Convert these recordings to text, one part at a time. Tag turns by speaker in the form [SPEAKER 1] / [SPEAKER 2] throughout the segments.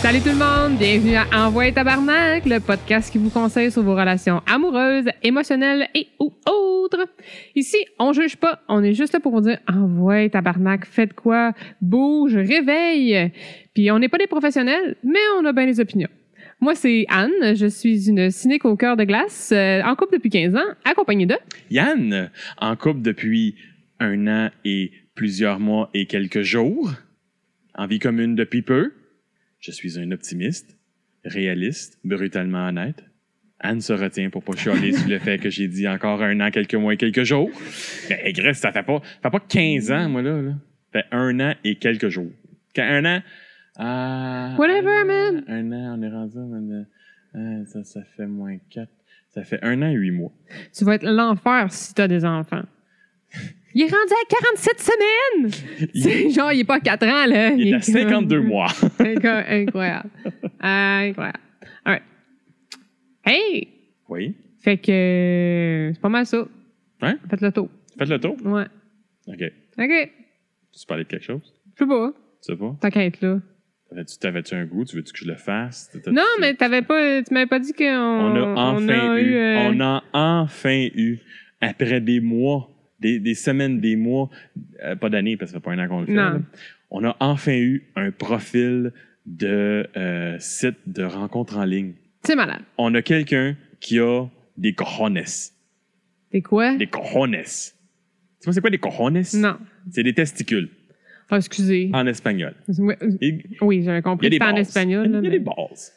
[SPEAKER 1] Salut tout le monde, bienvenue à Envoyer Tabarnak, le podcast qui vous conseille sur vos relations amoureuses, émotionnelles et ou autres. Ici, on juge pas, on est juste là pour vous dire Envoyez Tabarnak, faites quoi, bouge, réveille. Puis on n'est pas des professionnels, mais on a bien des opinions. Moi, c'est Anne, je suis une cynique au cœur de glace, euh, en couple depuis 15 ans, accompagnée de...
[SPEAKER 2] Yann, en couple depuis un an et plusieurs mois et quelques jours, en vie commune depuis peu, je suis un optimiste, réaliste, brutalement honnête. Anne se retient pour pas chialer sur le fait que j'ai dit encore un an, quelques mois et quelques jours. Ben, hey, Chris, ça fait pas, ça fait pas 15 ans, moi, là. là. Ça fait un an et quelques jours. Quand Un an. ah,
[SPEAKER 1] Whatever,
[SPEAKER 2] un an,
[SPEAKER 1] man.
[SPEAKER 2] Un an, on est rendu. man, euh, ah, ça, ça fait moins 4. Ça fait un an et huit mois.
[SPEAKER 1] Tu vas être l'enfer si t'as des enfants. Il est rendu à 47 semaines!
[SPEAKER 2] Il,
[SPEAKER 1] C'est genre, il est pas à 4 ans, là.
[SPEAKER 2] il est à 52 mois.
[SPEAKER 1] Inco- Incroyable. Incroyable. All right. Hey!
[SPEAKER 2] Oui.
[SPEAKER 1] Fait que euh, c'est pas mal ça.
[SPEAKER 2] Hein?
[SPEAKER 1] Faites le tour.
[SPEAKER 2] Faites le tour.
[SPEAKER 1] Ouais.
[SPEAKER 2] OK.
[SPEAKER 1] OK. hein.
[SPEAKER 2] Tu parlais de quelque chose?
[SPEAKER 1] Je sais pas.
[SPEAKER 2] Tu sais pas?
[SPEAKER 1] T'inquiète, là.
[SPEAKER 2] T'avais-tu, t'avais-tu un goût? Tu veux-tu que je le fasse? T'as-
[SPEAKER 1] Non,
[SPEAKER 2] tu-
[SPEAKER 1] mais t'avais pas, tu m'avais pas dit qu'on
[SPEAKER 2] On a
[SPEAKER 1] on
[SPEAKER 2] enfin
[SPEAKER 1] a
[SPEAKER 2] eu.
[SPEAKER 1] euh,
[SPEAKER 2] On a enfin eu. Après des mois, des, des semaines, des mois, euh, pas d'années parce que ça fait pas un an qu'on le fait.
[SPEAKER 1] Non.
[SPEAKER 2] là. On a enfin eu un profil de euh, site de rencontre en ligne.
[SPEAKER 1] C'est malade.
[SPEAKER 2] On a quelqu'un qui a des cojones.
[SPEAKER 1] T'es quoi?
[SPEAKER 2] Des cojones. Tu vois, c'est quoi des cojones?
[SPEAKER 1] Non.
[SPEAKER 2] C'est des testicules
[SPEAKER 1] Ah, excusez.
[SPEAKER 2] en espagnol.
[SPEAKER 1] Oui,
[SPEAKER 2] Il-
[SPEAKER 1] Oui, j'avais
[SPEAKER 2] Il y
[SPEAKER 1] compris.
[SPEAKER 2] a des
[SPEAKER 1] C'était
[SPEAKER 2] bases.
[SPEAKER 1] en espagnol.
[SPEAKER 2] Il y
[SPEAKER 1] là,
[SPEAKER 2] a des
[SPEAKER 1] mais-
[SPEAKER 2] bases.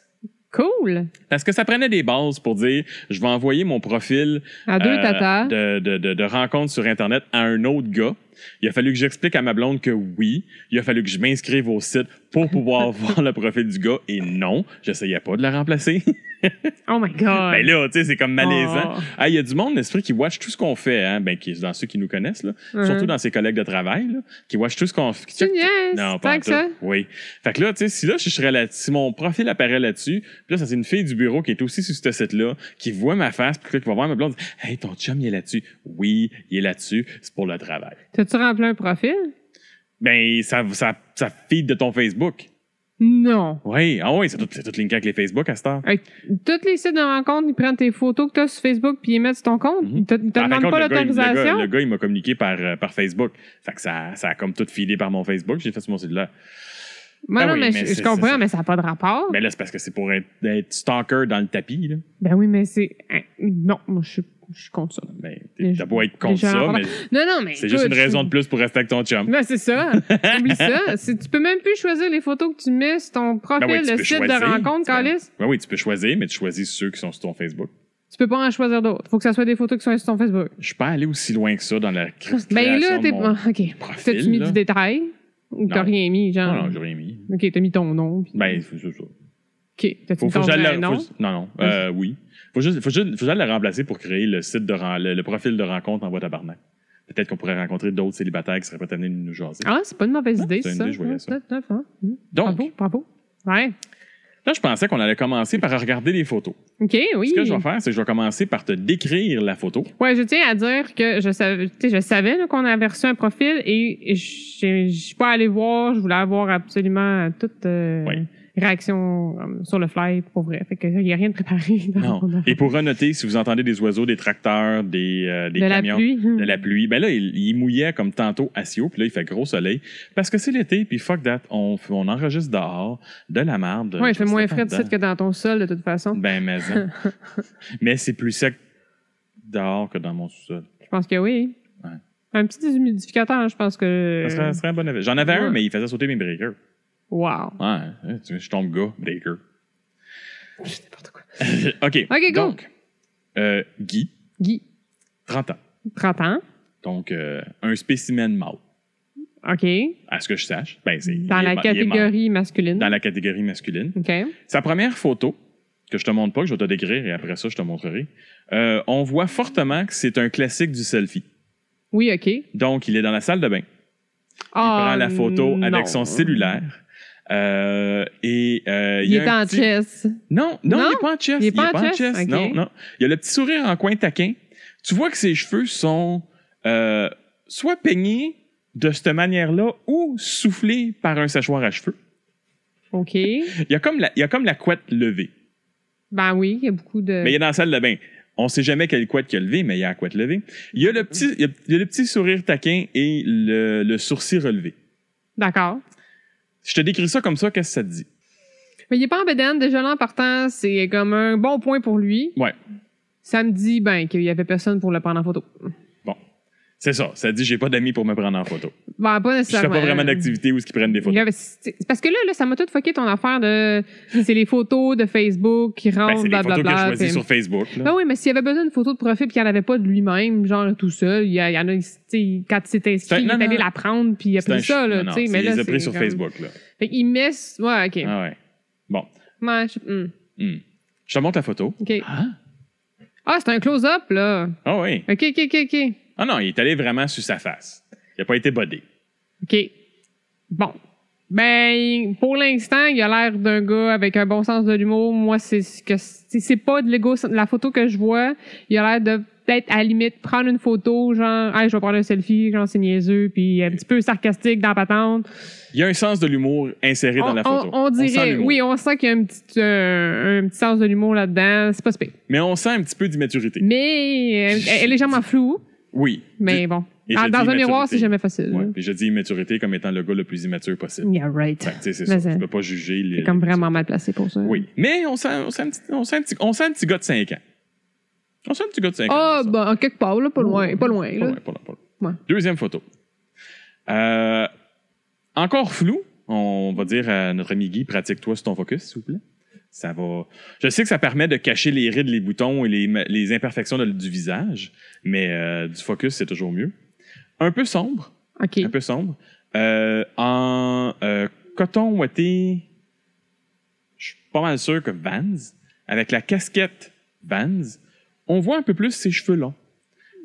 [SPEAKER 1] Cool.
[SPEAKER 2] Parce que ça prenait des bases pour dire je vais envoyer mon profil
[SPEAKER 1] À deux
[SPEAKER 2] euh,
[SPEAKER 1] tatas.
[SPEAKER 2] de, de, de, de rencontre sur Internet à un autre gars. Il a fallu que j'explique à ma blonde que oui. Il a fallu que je m'inscrive au site pour pouvoir voir le profil du gars. Et non, j'essayais pas de la remplacer.
[SPEAKER 1] Oh my God.
[SPEAKER 2] ben là, tu sais, c'est comme malaisant.
[SPEAKER 1] Oh.
[SPEAKER 2] Ah, Il y a du monde, l'esprit, qui watch tout ce qu'on fait, hein? ben, qui, dans ceux qui nous connaissent, là.
[SPEAKER 1] Hein.
[SPEAKER 2] surtout dans ses collègues de travail, là, qui watch tout ce qu'on fait. qui
[SPEAKER 1] Tu
[SPEAKER 2] check-
[SPEAKER 1] niaises.
[SPEAKER 2] non,
[SPEAKER 1] Tant
[SPEAKER 2] pas
[SPEAKER 1] que ça.
[SPEAKER 2] Oui. Fait que là, tu sais, si là, je serais là, si mon profil apparaît là-dessus, puis là, ça, c'est une fille du bureau qui est aussi sur ce site-là, qui voit ma face, puis là, qui va voir ma blonde, dit, hey, ton chum, il est là-dessus. Oui, il est là-dessus, c'est pour le travail.
[SPEAKER 1] T'as-tu rempli un profil?
[SPEAKER 2] Ben, ça, ça, ça feed de ton Facebook.
[SPEAKER 1] Non.
[SPEAKER 2] Oui, ah oui, c'est tout, c'est tout linké avec les Facebook à cette heure.
[SPEAKER 1] Hey, Toutes les sites de rencontre, ils prennent tes photos que tu as sur Facebook puis ils les mettent sur ton compte.
[SPEAKER 2] Mhm.
[SPEAKER 1] Ils te, ils te
[SPEAKER 2] Ah, par
[SPEAKER 1] demandent
[SPEAKER 2] contre,
[SPEAKER 1] pas
[SPEAKER 2] le gars, il- le gars-
[SPEAKER 1] l'autorisation.
[SPEAKER 2] Le gars, il m'a communiqué par, euh, par Facebook. Fait que ça, ça a comme tout filé par mon Facebook. J'ai fait sur mon cellulaire.
[SPEAKER 1] Moi,
[SPEAKER 2] Ah
[SPEAKER 1] non,
[SPEAKER 2] oui,
[SPEAKER 1] mais,
[SPEAKER 2] mais
[SPEAKER 1] je-
[SPEAKER 2] c'est-
[SPEAKER 1] je,
[SPEAKER 2] c'est
[SPEAKER 1] comprends,
[SPEAKER 2] ça. Ben
[SPEAKER 1] mais ça n'a pas de rapport.
[SPEAKER 2] Mais là, c'est parce que c'est pour être, être stalker dans le tapis, là.
[SPEAKER 1] Ben oui, mais c'est. hein, Non, moi, je suis- je suis contre ça.
[SPEAKER 2] Ben,
[SPEAKER 1] Les-
[SPEAKER 2] t'es- t'as beau être
[SPEAKER 1] les
[SPEAKER 2] contre
[SPEAKER 1] gens
[SPEAKER 2] ça,
[SPEAKER 1] en
[SPEAKER 2] mais
[SPEAKER 1] Non, non, mais.
[SPEAKER 2] c'est juste une
[SPEAKER 1] écoute,
[SPEAKER 2] raison
[SPEAKER 1] je-
[SPEAKER 2] de plus pour rester avec ton chum.
[SPEAKER 1] Ben, c'est ça. Oublie ça. C'est- Tu peux même plus choisir les photos que tu mets sur ton profil,
[SPEAKER 2] Ben oui, tu
[SPEAKER 1] le
[SPEAKER 2] peux
[SPEAKER 1] site de
[SPEAKER 2] choisir.
[SPEAKER 1] rencontre,
[SPEAKER 2] Ben-
[SPEAKER 1] Calis.
[SPEAKER 2] Ben oui, tu peux choisir, mais tu choisis ceux qui sont sur ton Facebook.
[SPEAKER 1] Tu peux pas en choisir d'autres. Faut que ça soit des photos qui sont sur ton Facebook.
[SPEAKER 2] Je suis pas allé aussi loin que ça dans la création
[SPEAKER 1] Ben là,
[SPEAKER 2] de
[SPEAKER 1] t'es.
[SPEAKER 2] mon...
[SPEAKER 1] Ah, OK.
[SPEAKER 2] profil,
[SPEAKER 1] T'as-tu mis
[SPEAKER 2] là.
[SPEAKER 1] du détail ou t'as
[SPEAKER 2] Non.
[SPEAKER 1] rien mis, genre?
[SPEAKER 2] Non, non, j'ai rien mis.
[SPEAKER 1] OK, t'as mis ton nom. puis-
[SPEAKER 2] Ben, faut, faut, faut,
[SPEAKER 1] OK. T'as-tu
[SPEAKER 2] faut,
[SPEAKER 1] mis ton
[SPEAKER 2] que j'aille
[SPEAKER 1] vrai
[SPEAKER 2] la...
[SPEAKER 1] nom?
[SPEAKER 2] faut- non, non, euh, oui. Faut juste, faut juste, faut juste la remplacer pour créer le site de ren- le, le profil de rencontre en boîte à barnac. Peut-être qu'on pourrait rencontrer d'autres célibataires qui seraient peut-être venus nous jaser.
[SPEAKER 1] Ah, c'est pas une mauvaise
[SPEAKER 2] Non,
[SPEAKER 1] idée,
[SPEAKER 2] c'est
[SPEAKER 1] ça.
[SPEAKER 2] une idée, je voyais
[SPEAKER 1] Ah,
[SPEAKER 2] ça.
[SPEAKER 1] peut-être, neuf, hein? Mhm.
[SPEAKER 2] Donc,
[SPEAKER 1] Bravo, bravo. Ouais.
[SPEAKER 2] là, je pensais qu'on allait commencer par regarder les photos.
[SPEAKER 1] OK, oui.
[SPEAKER 2] Ce que je vais faire, c'est que je vais commencer par te décrire la photo.
[SPEAKER 1] Ouais, je tiens à dire que je savais, tu sais, je savais là, qu'on avait reçu un profil et je je suis pas allée voir. Je voulais avoir absolument toute euh,
[SPEAKER 2] Oui.
[SPEAKER 1] réaction euh, sur le fly, pour vrai. Fait qu'il n'y a rien de préparé. dans mon
[SPEAKER 2] Non.
[SPEAKER 1] affaire.
[SPEAKER 2] Et pour renoter, si vous entendez des oiseaux, des tracteurs, des, euh, des
[SPEAKER 1] de la
[SPEAKER 2] camions,
[SPEAKER 1] pluie.
[SPEAKER 2] de la pluie, ben là, il, il mouillait comme tantôt à Sio, puis là, il fait gros soleil. Parce que c'est l'été, puis fuck that, on, f- on enregistre dehors, de la marde.
[SPEAKER 1] Ouais, il fait
[SPEAKER 2] je sais
[SPEAKER 1] moins
[SPEAKER 2] pas
[SPEAKER 1] frais de
[SPEAKER 2] dedans.
[SPEAKER 1] site que dans ton sol, de toute façon.
[SPEAKER 2] Ben, mais hein. Mais c'est plus sec dehors que dans mon sous-sol.
[SPEAKER 1] Je pense que oui.
[SPEAKER 2] Ouais.
[SPEAKER 1] Un petit déshumidificateur, je pense que.
[SPEAKER 2] Ça serait, ça serait un bon avis. J'en avais
[SPEAKER 1] Ouais.
[SPEAKER 2] un, mais il faisait sauter mes breakers.
[SPEAKER 1] Wow.
[SPEAKER 2] Ouais, hein, tu vois, je tombe gars, breaker.
[SPEAKER 1] N'importe quoi.
[SPEAKER 2] OK.
[SPEAKER 1] OK, go.
[SPEAKER 2] Donc, euh, Guy,
[SPEAKER 1] Guy,
[SPEAKER 2] 30 ans.
[SPEAKER 1] 30 ans.
[SPEAKER 2] Donc, euh, un spécimen mâle.
[SPEAKER 1] OK.
[SPEAKER 2] À ce que je sache, ben c'est
[SPEAKER 1] Dans la
[SPEAKER 2] il est ma- il est mort.
[SPEAKER 1] catégorie masculine.
[SPEAKER 2] dans la catégorie masculine.
[SPEAKER 1] OK.
[SPEAKER 2] Sa première photo que je te montre pas, que je vais te décrire et après ça je te montrerai. euh, on voit fortement que c'est un classique du selfie.
[SPEAKER 1] Oui, OK. Il
[SPEAKER 2] Donc il est dans la salle de bain, il
[SPEAKER 1] Ah,
[SPEAKER 2] prend la photo avec son cellulaire. euh, et euh,
[SPEAKER 1] Il
[SPEAKER 2] y a
[SPEAKER 1] est
[SPEAKER 2] un
[SPEAKER 1] en
[SPEAKER 2] petit-
[SPEAKER 1] chess.
[SPEAKER 2] Non, non,
[SPEAKER 1] Non?
[SPEAKER 2] il est pas en chess.
[SPEAKER 1] Il est pas en chess? Ok.
[SPEAKER 2] Non, non. Il y a le petit sourire en coin taquin. Tu vois que ses cheveux sont euh, soit peignés de cette manière-là ou soufflés par un séchoir à cheveux.
[SPEAKER 1] OK.
[SPEAKER 2] Il y a comme la, il y a comme la couette levée.
[SPEAKER 1] Ben oui, il y a beaucoup de.
[SPEAKER 2] Mais il est dans la salle de bain. On sait jamais quelle couette qu'il a levé, mais il y a la couette levée. Il y a le petit, il y a, il y a le petit sourire taquin et le, le sourcil relevé.
[SPEAKER 1] D'accord.
[SPEAKER 2] Je te décris ça comme ça, qu'est-ce que ça te dit?
[SPEAKER 1] Mais il est pas en bédaine, déjà là en partant, c'est comme un bon point pour lui.
[SPEAKER 2] Ouais.
[SPEAKER 1] Ça me dit ben qu'il y avait personne pour le prendre en photo.
[SPEAKER 2] C'est ça. Ça dit, j'ai pas d'amis pour me prendre en photo.
[SPEAKER 1] Ben pas
[SPEAKER 2] Je fais
[SPEAKER 1] nécessairement.
[SPEAKER 2] pas vraiment d'activité où ils prennent des photos.
[SPEAKER 1] Là, ben, c'est- c'est Parce que là, là, ça m'a tout fucké ton affaire de. C'est les photos de Facebook qui
[SPEAKER 2] Ben,
[SPEAKER 1] rentrent,
[SPEAKER 2] c'est des photos que je
[SPEAKER 1] blablabla.
[SPEAKER 2] choisis
[SPEAKER 1] puis-
[SPEAKER 2] sur Facebook. là.
[SPEAKER 1] Ben oui, mais s'il avait besoin d'une photo de profil puis qu'il n'en avait pas de lui-même, genre tout seul, il y, a- il y en a, tu sais, quand il s'est
[SPEAKER 2] C'est un-
[SPEAKER 1] inscrit, il est
[SPEAKER 2] non, non,
[SPEAKER 1] allé
[SPEAKER 2] non.
[SPEAKER 1] la prendre puis il a
[SPEAKER 2] C'est un
[SPEAKER 1] pris ça,
[SPEAKER 2] ch-
[SPEAKER 1] là,
[SPEAKER 2] non, non,
[SPEAKER 1] tu sais.
[SPEAKER 2] c'est-
[SPEAKER 1] Mais
[SPEAKER 2] il
[SPEAKER 1] là,
[SPEAKER 2] les a pris
[SPEAKER 1] c'est
[SPEAKER 2] sur
[SPEAKER 1] comme-
[SPEAKER 2] Facebook. Là.
[SPEAKER 1] Fait qu'il met. Ouais, OK.
[SPEAKER 2] Ah ouais.
[SPEAKER 1] Ouais, je- hmm,
[SPEAKER 2] Hmm. Je te montre la photo.
[SPEAKER 1] OK.
[SPEAKER 2] Ah?
[SPEAKER 1] Ah, c'est un close-up, là.
[SPEAKER 2] Ah oui.
[SPEAKER 1] OK, OK, OK, OK.
[SPEAKER 2] Ah non, il est allé vraiment sur sa face. Il a pas été bodé.
[SPEAKER 1] OK. Bon. Ben, pour l'instant, il a l'air d'un gars avec un bon sens de l'humour. Moi, c'est ce que c'est c'est pas de l'ego. La photo que je vois, il a l'air de peut-être à la limite prendre une photo, genre, hey, je vais prendre un selfie, genre c'est niaiseux, puis un petit peu sarcastique dans la patente.
[SPEAKER 2] Il y a un sens de l'humour inséré dans la photo.
[SPEAKER 1] on
[SPEAKER 2] sent
[SPEAKER 1] dirait,
[SPEAKER 2] l'humour.
[SPEAKER 1] oui, on sent qu'il y a un petit, euh, un petit sens de l'humour là-dedans. C'est pas spé.
[SPEAKER 2] Mais on sent un petit peu d'immaturité.
[SPEAKER 1] Mais euh, elle est légèrement floue,
[SPEAKER 2] Oui.
[SPEAKER 1] mais bon.
[SPEAKER 2] Et
[SPEAKER 1] Ah,
[SPEAKER 2] je dis
[SPEAKER 1] dans un miroir,
[SPEAKER 2] maturité.
[SPEAKER 1] c'est jamais facile.
[SPEAKER 2] Ouais. Puis je dis immaturité comme étant le gars le plus immature possible.
[SPEAKER 1] Yeah, right.
[SPEAKER 2] Fait que, tu sais, c'est
[SPEAKER 1] Mm-hmm. Mais
[SPEAKER 2] ça.
[SPEAKER 1] c'est-
[SPEAKER 2] Je peux pas juger. les-
[SPEAKER 1] C'est comme vraiment mal placé pour ça.
[SPEAKER 2] Oui. Mais on sent, on, sent un petit, on, sent un petit, on sent un petit gars de 5 ans. On sent un petit gars de 5
[SPEAKER 1] Ah,
[SPEAKER 2] ans. ça.
[SPEAKER 1] ben, en quelque part, là, pas loin, pas loin,
[SPEAKER 2] Pas
[SPEAKER 1] là.
[SPEAKER 2] loin, pas loin, pas loin.
[SPEAKER 1] Ouais.
[SPEAKER 2] Deuxième photo. Euh, encore flou. On va dire à notre ami Guy, pratique-toi sur ton focus, s'il vous plaît. Ça va. Je sais que ça permet de cacher les rides, les boutons et les, ma- les imperfections de- du visage, mais euh, du focus, c'est toujours mieux. Un peu sombre,
[SPEAKER 1] OK.
[SPEAKER 2] un peu sombre. Euh, en euh, coton ouaté, je suis pas mal sûr que Vans, avec la casquette Vans, on voit un peu plus ses cheveux longs.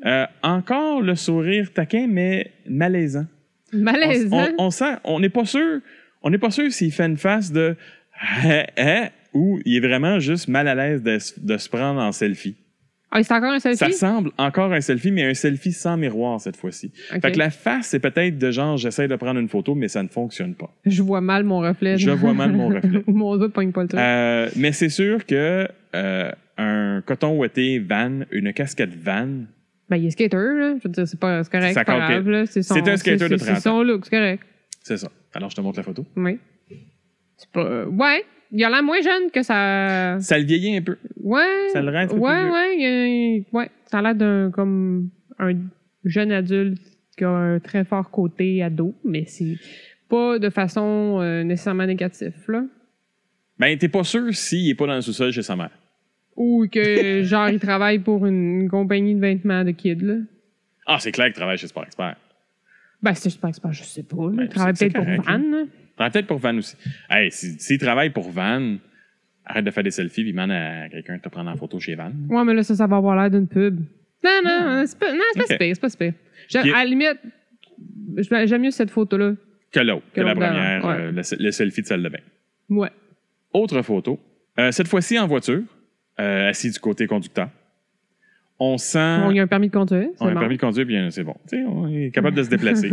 [SPEAKER 2] Euh, encore le sourire taquin, mais malaisant. On-
[SPEAKER 1] Malaisant.
[SPEAKER 2] On, on sent, on n'est pas sûr, on n'est pas sûr s'il fait une face de Hein, hein ou il est vraiment juste mal à l'aise de, se- de se prendre en selfie.
[SPEAKER 1] Ah, c'est encore un selfie?
[SPEAKER 2] Ça ressemble encore à un selfie, mais un selfie sans miroir cette fois-ci.
[SPEAKER 1] OK.
[SPEAKER 2] Fait que la face, c'est peut-être de genre, j'essaie de prendre une photo, mais ça ne fonctionne pas.
[SPEAKER 1] Je vois mal mon reflet.
[SPEAKER 2] Je vois mal mon reflet.
[SPEAKER 1] Ou mon doigt pogne pas le truc.
[SPEAKER 2] Euh, mais c'est sûr que euh, un coton ouaté van, une casquette van,
[SPEAKER 1] Ben, il est skater, là. Je veux dire, c'est pas, c'est correct.
[SPEAKER 2] Ça
[SPEAKER 1] C'est pas
[SPEAKER 2] compte.
[SPEAKER 1] grave, là. C'est son-
[SPEAKER 2] C'est un skater
[SPEAKER 1] c'est-
[SPEAKER 2] de
[SPEAKER 1] c'est-
[SPEAKER 2] 30
[SPEAKER 1] C'est son look, c'est correct.
[SPEAKER 2] c'est ça. Alors, je te montre la photo.
[SPEAKER 1] Oui. C'est pas. euh, Ouais. Il a l'air moins jeune que ça.
[SPEAKER 2] Ça le vieillit un peu.
[SPEAKER 1] Ouais.
[SPEAKER 2] Ça le rend un petit peu plus
[SPEAKER 1] Ouais,
[SPEAKER 2] vieux.
[SPEAKER 1] ouais. il a- Ouais. Ça a l'air d'un, comme, un jeune adulte qui a un très fort côté ado, mais c'est pas de façon euh, nécessairement négative, là.
[SPEAKER 2] Ben, t'es pas sûr s'il est pas dans le sous-sol chez sa mère.
[SPEAKER 1] Ou que, genre, il travaille pour une, une compagnie de vêtements de kids, là.
[SPEAKER 2] Ah, c'est clair qu'il travaille chez Sport Expert.
[SPEAKER 1] Ben, c'est super, super, je sais pas. là.
[SPEAKER 2] Ben,
[SPEAKER 1] il travaille
[SPEAKER 2] c'est-
[SPEAKER 1] peut-être pour
[SPEAKER 2] c'est correct, hein.
[SPEAKER 1] Van, là.
[SPEAKER 2] Travaille peut-être pour Van aussi. Hey, si- s'il travaille pour Van, arrête de faire des selfies puis demande à quelqu'un de te prendre en photo chez Van.
[SPEAKER 1] Ouais, mais là, ça, ça va avoir l'air d'une pub. Non, non, c'est pas, non, c'est pas
[SPEAKER 2] Ah. Ok.
[SPEAKER 1] si pire, c'est pas si pire. J'aime-
[SPEAKER 2] Puis-
[SPEAKER 1] À la limite, j'aime j'aime mieux cette photo-là.
[SPEAKER 2] Que l'autre,
[SPEAKER 1] Que
[SPEAKER 2] que, la
[SPEAKER 1] l'autre d'avant,
[SPEAKER 2] première,
[SPEAKER 1] ouais.
[SPEAKER 2] euh, le, se- le selfie de salle de bain.
[SPEAKER 1] Ouais.
[SPEAKER 2] Autre photo. Euh, cette fois-ci en voiture, euh, assis du côté conducteur. On sent.
[SPEAKER 1] On y a un permis de conduire.
[SPEAKER 2] On a Ah. un
[SPEAKER 1] bon.
[SPEAKER 2] permis de conduire, puis euh, c'est bon. Tu sais, on est capable de se déplacer.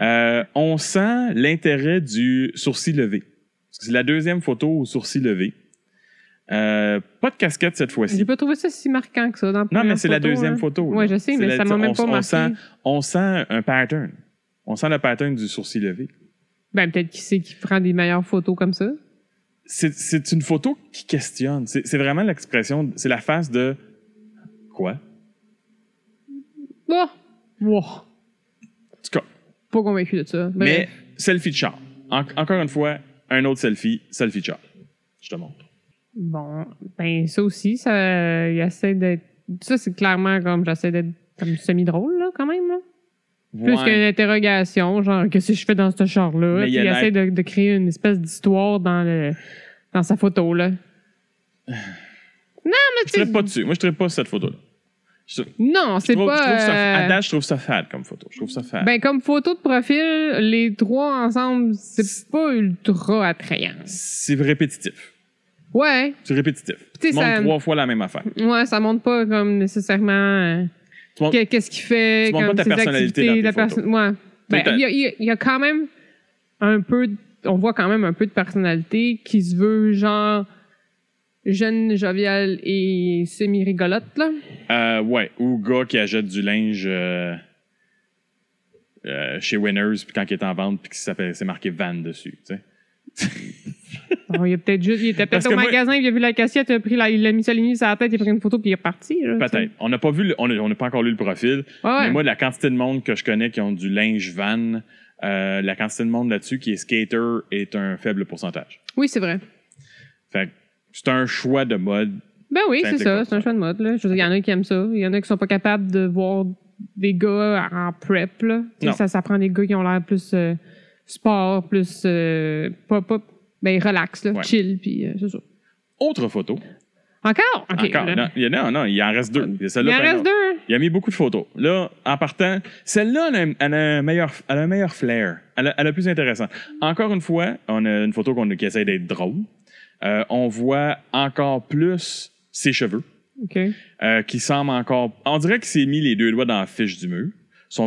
[SPEAKER 2] Euh, on sent l'intérêt du sourcil levé. Parce que C'est la deuxième photo au sourcil levé. Euh, pas de casquette cette fois-ci.
[SPEAKER 1] J'ai pas trouvé ça si marquant que ça dans la
[SPEAKER 2] Non,
[SPEAKER 1] première
[SPEAKER 2] mais c'est la
[SPEAKER 1] photo,
[SPEAKER 2] deuxième
[SPEAKER 1] hein.
[SPEAKER 2] photo.
[SPEAKER 1] Ouais,
[SPEAKER 2] là.
[SPEAKER 1] je sais,
[SPEAKER 2] C'est
[SPEAKER 1] mais
[SPEAKER 2] la-
[SPEAKER 1] ça m'a même
[SPEAKER 2] on-
[SPEAKER 1] pas
[SPEAKER 2] on
[SPEAKER 1] marqué.
[SPEAKER 2] Sent, on sent un pattern. On sent le pattern du sourcil levé.
[SPEAKER 1] Ben, peut-être qui sait qui prend des meilleures photos comme ça.
[SPEAKER 2] C'est- C'est une photo qui questionne. C'est c'est vraiment l'expression, c'est la face de quoi?
[SPEAKER 1] Bon. Wow.
[SPEAKER 2] En tout cas,
[SPEAKER 1] Pas convaincu de ça. Ben,
[SPEAKER 2] mais
[SPEAKER 1] Bref.
[SPEAKER 2] selfie de char. En- encore une fois, un autre selfie, selfie de char. Je te montre.
[SPEAKER 1] Bon. Ben, ça aussi, ça, il essaie d'être. Ça, c'est clairement comme j'essaie d'être comme semi-drôle, là, quand même, là. Plus
[SPEAKER 2] Ouais.
[SPEAKER 1] qu'une interrogation, genre, qu'est-ce que je fais dans ce char-là?
[SPEAKER 2] Mais
[SPEAKER 1] Puis
[SPEAKER 2] il
[SPEAKER 1] il
[SPEAKER 2] a l'air-
[SPEAKER 1] essaie de, de créer une espèce d'histoire dans, le, dans sa photo, là. Non, mais
[SPEAKER 2] Je
[SPEAKER 1] tu
[SPEAKER 2] traite pas dessus. Moi, je traite pas cette photo-là. Je, je
[SPEAKER 1] Non, c'est
[SPEAKER 2] trouve, je
[SPEAKER 1] pas.
[SPEAKER 2] trouve ça,
[SPEAKER 1] euh,
[SPEAKER 2] à date, je trouve ça fade comme photo. Je trouve ça fade.
[SPEAKER 1] ben, comme photo de profil, les trois ensemble, c'est pas ultra attrayant.
[SPEAKER 2] c'est répétitif.
[SPEAKER 1] Ouais,
[SPEAKER 2] C'est répétitif.
[SPEAKER 1] Tu
[SPEAKER 2] Tu
[SPEAKER 1] sais,
[SPEAKER 2] montres
[SPEAKER 1] ça-
[SPEAKER 2] trois fois la même affaire.
[SPEAKER 1] ouais, ça montre pas comme nécessairement euh,
[SPEAKER 2] Tu montres-
[SPEAKER 1] que- qu'est-ce qu'il fait,
[SPEAKER 2] tu montres
[SPEAKER 1] comme
[SPEAKER 2] pas ta
[SPEAKER 1] ses
[SPEAKER 2] personnalité
[SPEAKER 1] activités,
[SPEAKER 2] dans tes
[SPEAKER 1] la perso-
[SPEAKER 2] photos.
[SPEAKER 1] ouais. Ben,
[SPEAKER 2] T'as-
[SPEAKER 1] il y a- il y, a- il y a quand même un peu on voit quand même un peu de personnalité qui se veut genre jeune, joviale et semi-rigolote, là.
[SPEAKER 2] Euh, ouais, ou gars qui achète du linge euh, euh, chez Winners, puis quand il est en vente, puis que ça fait- c'est marqué Van dessus, tu sais.
[SPEAKER 1] Bon, il, a peut-être juste, il était
[SPEAKER 2] Parce
[SPEAKER 1] peut-être
[SPEAKER 2] que
[SPEAKER 1] au
[SPEAKER 2] moi-
[SPEAKER 1] magasin, il a vu la cassette, il a, pris la, il a mis sa ligne sur la tête, il a pris une photo, puis il est reparti. là, tu sais.
[SPEAKER 2] Peut-être. On n'a pas vu, le- on a- on n'a pas encore lu le profil,
[SPEAKER 1] Ouais, ouais.
[SPEAKER 2] mais moi, la quantité de monde que je connais qui ont du linge Van, euh, la quantité de monde là-dessus qui est skater est un faible pourcentage.
[SPEAKER 1] Oui, c'est vrai.
[SPEAKER 2] Fait que c'est un choix de mode.
[SPEAKER 1] Ben oui,
[SPEAKER 2] Ça
[SPEAKER 1] c'est
[SPEAKER 2] implique
[SPEAKER 1] ça.
[SPEAKER 2] pas
[SPEAKER 1] C'est un
[SPEAKER 2] ça.
[SPEAKER 1] choix de mode. Là. Je veux dire, il y en a qui aiment ça. Il y en a qui sont pas capables de voir des gars en prep. Là. Tu sais,
[SPEAKER 2] Non.
[SPEAKER 1] Ça, ça prend des gars qui ont l'air plus euh, sport, plus euh, pas, pas, ben, relax, là,
[SPEAKER 2] Ouais.
[SPEAKER 1] chill, puis euh, c'est ça.
[SPEAKER 2] Autre photo.
[SPEAKER 1] Encore? OK.
[SPEAKER 2] Encore. ben
[SPEAKER 1] là.
[SPEAKER 2] Non, il y en a- non, il en reste deux. Et
[SPEAKER 1] Il
[SPEAKER 2] celle-là,
[SPEAKER 1] en
[SPEAKER 2] par exemple.
[SPEAKER 1] reste deux. hein?
[SPEAKER 2] Il a mis beaucoup de photos. Là, en partant, celle-là, elle a, un- elle a un meilleur, elle a un meilleur flair. Elle a, elle a plus intéressant. Encore une fois, on a une photo qu'on, qui essaie d'être drôle. Euh, on voit encore plus ses cheveux,
[SPEAKER 1] OK.
[SPEAKER 2] euh, qui semblent encore... On dirait qu'il s'est mis les deux doigts dans la fiche du mur. Ils sont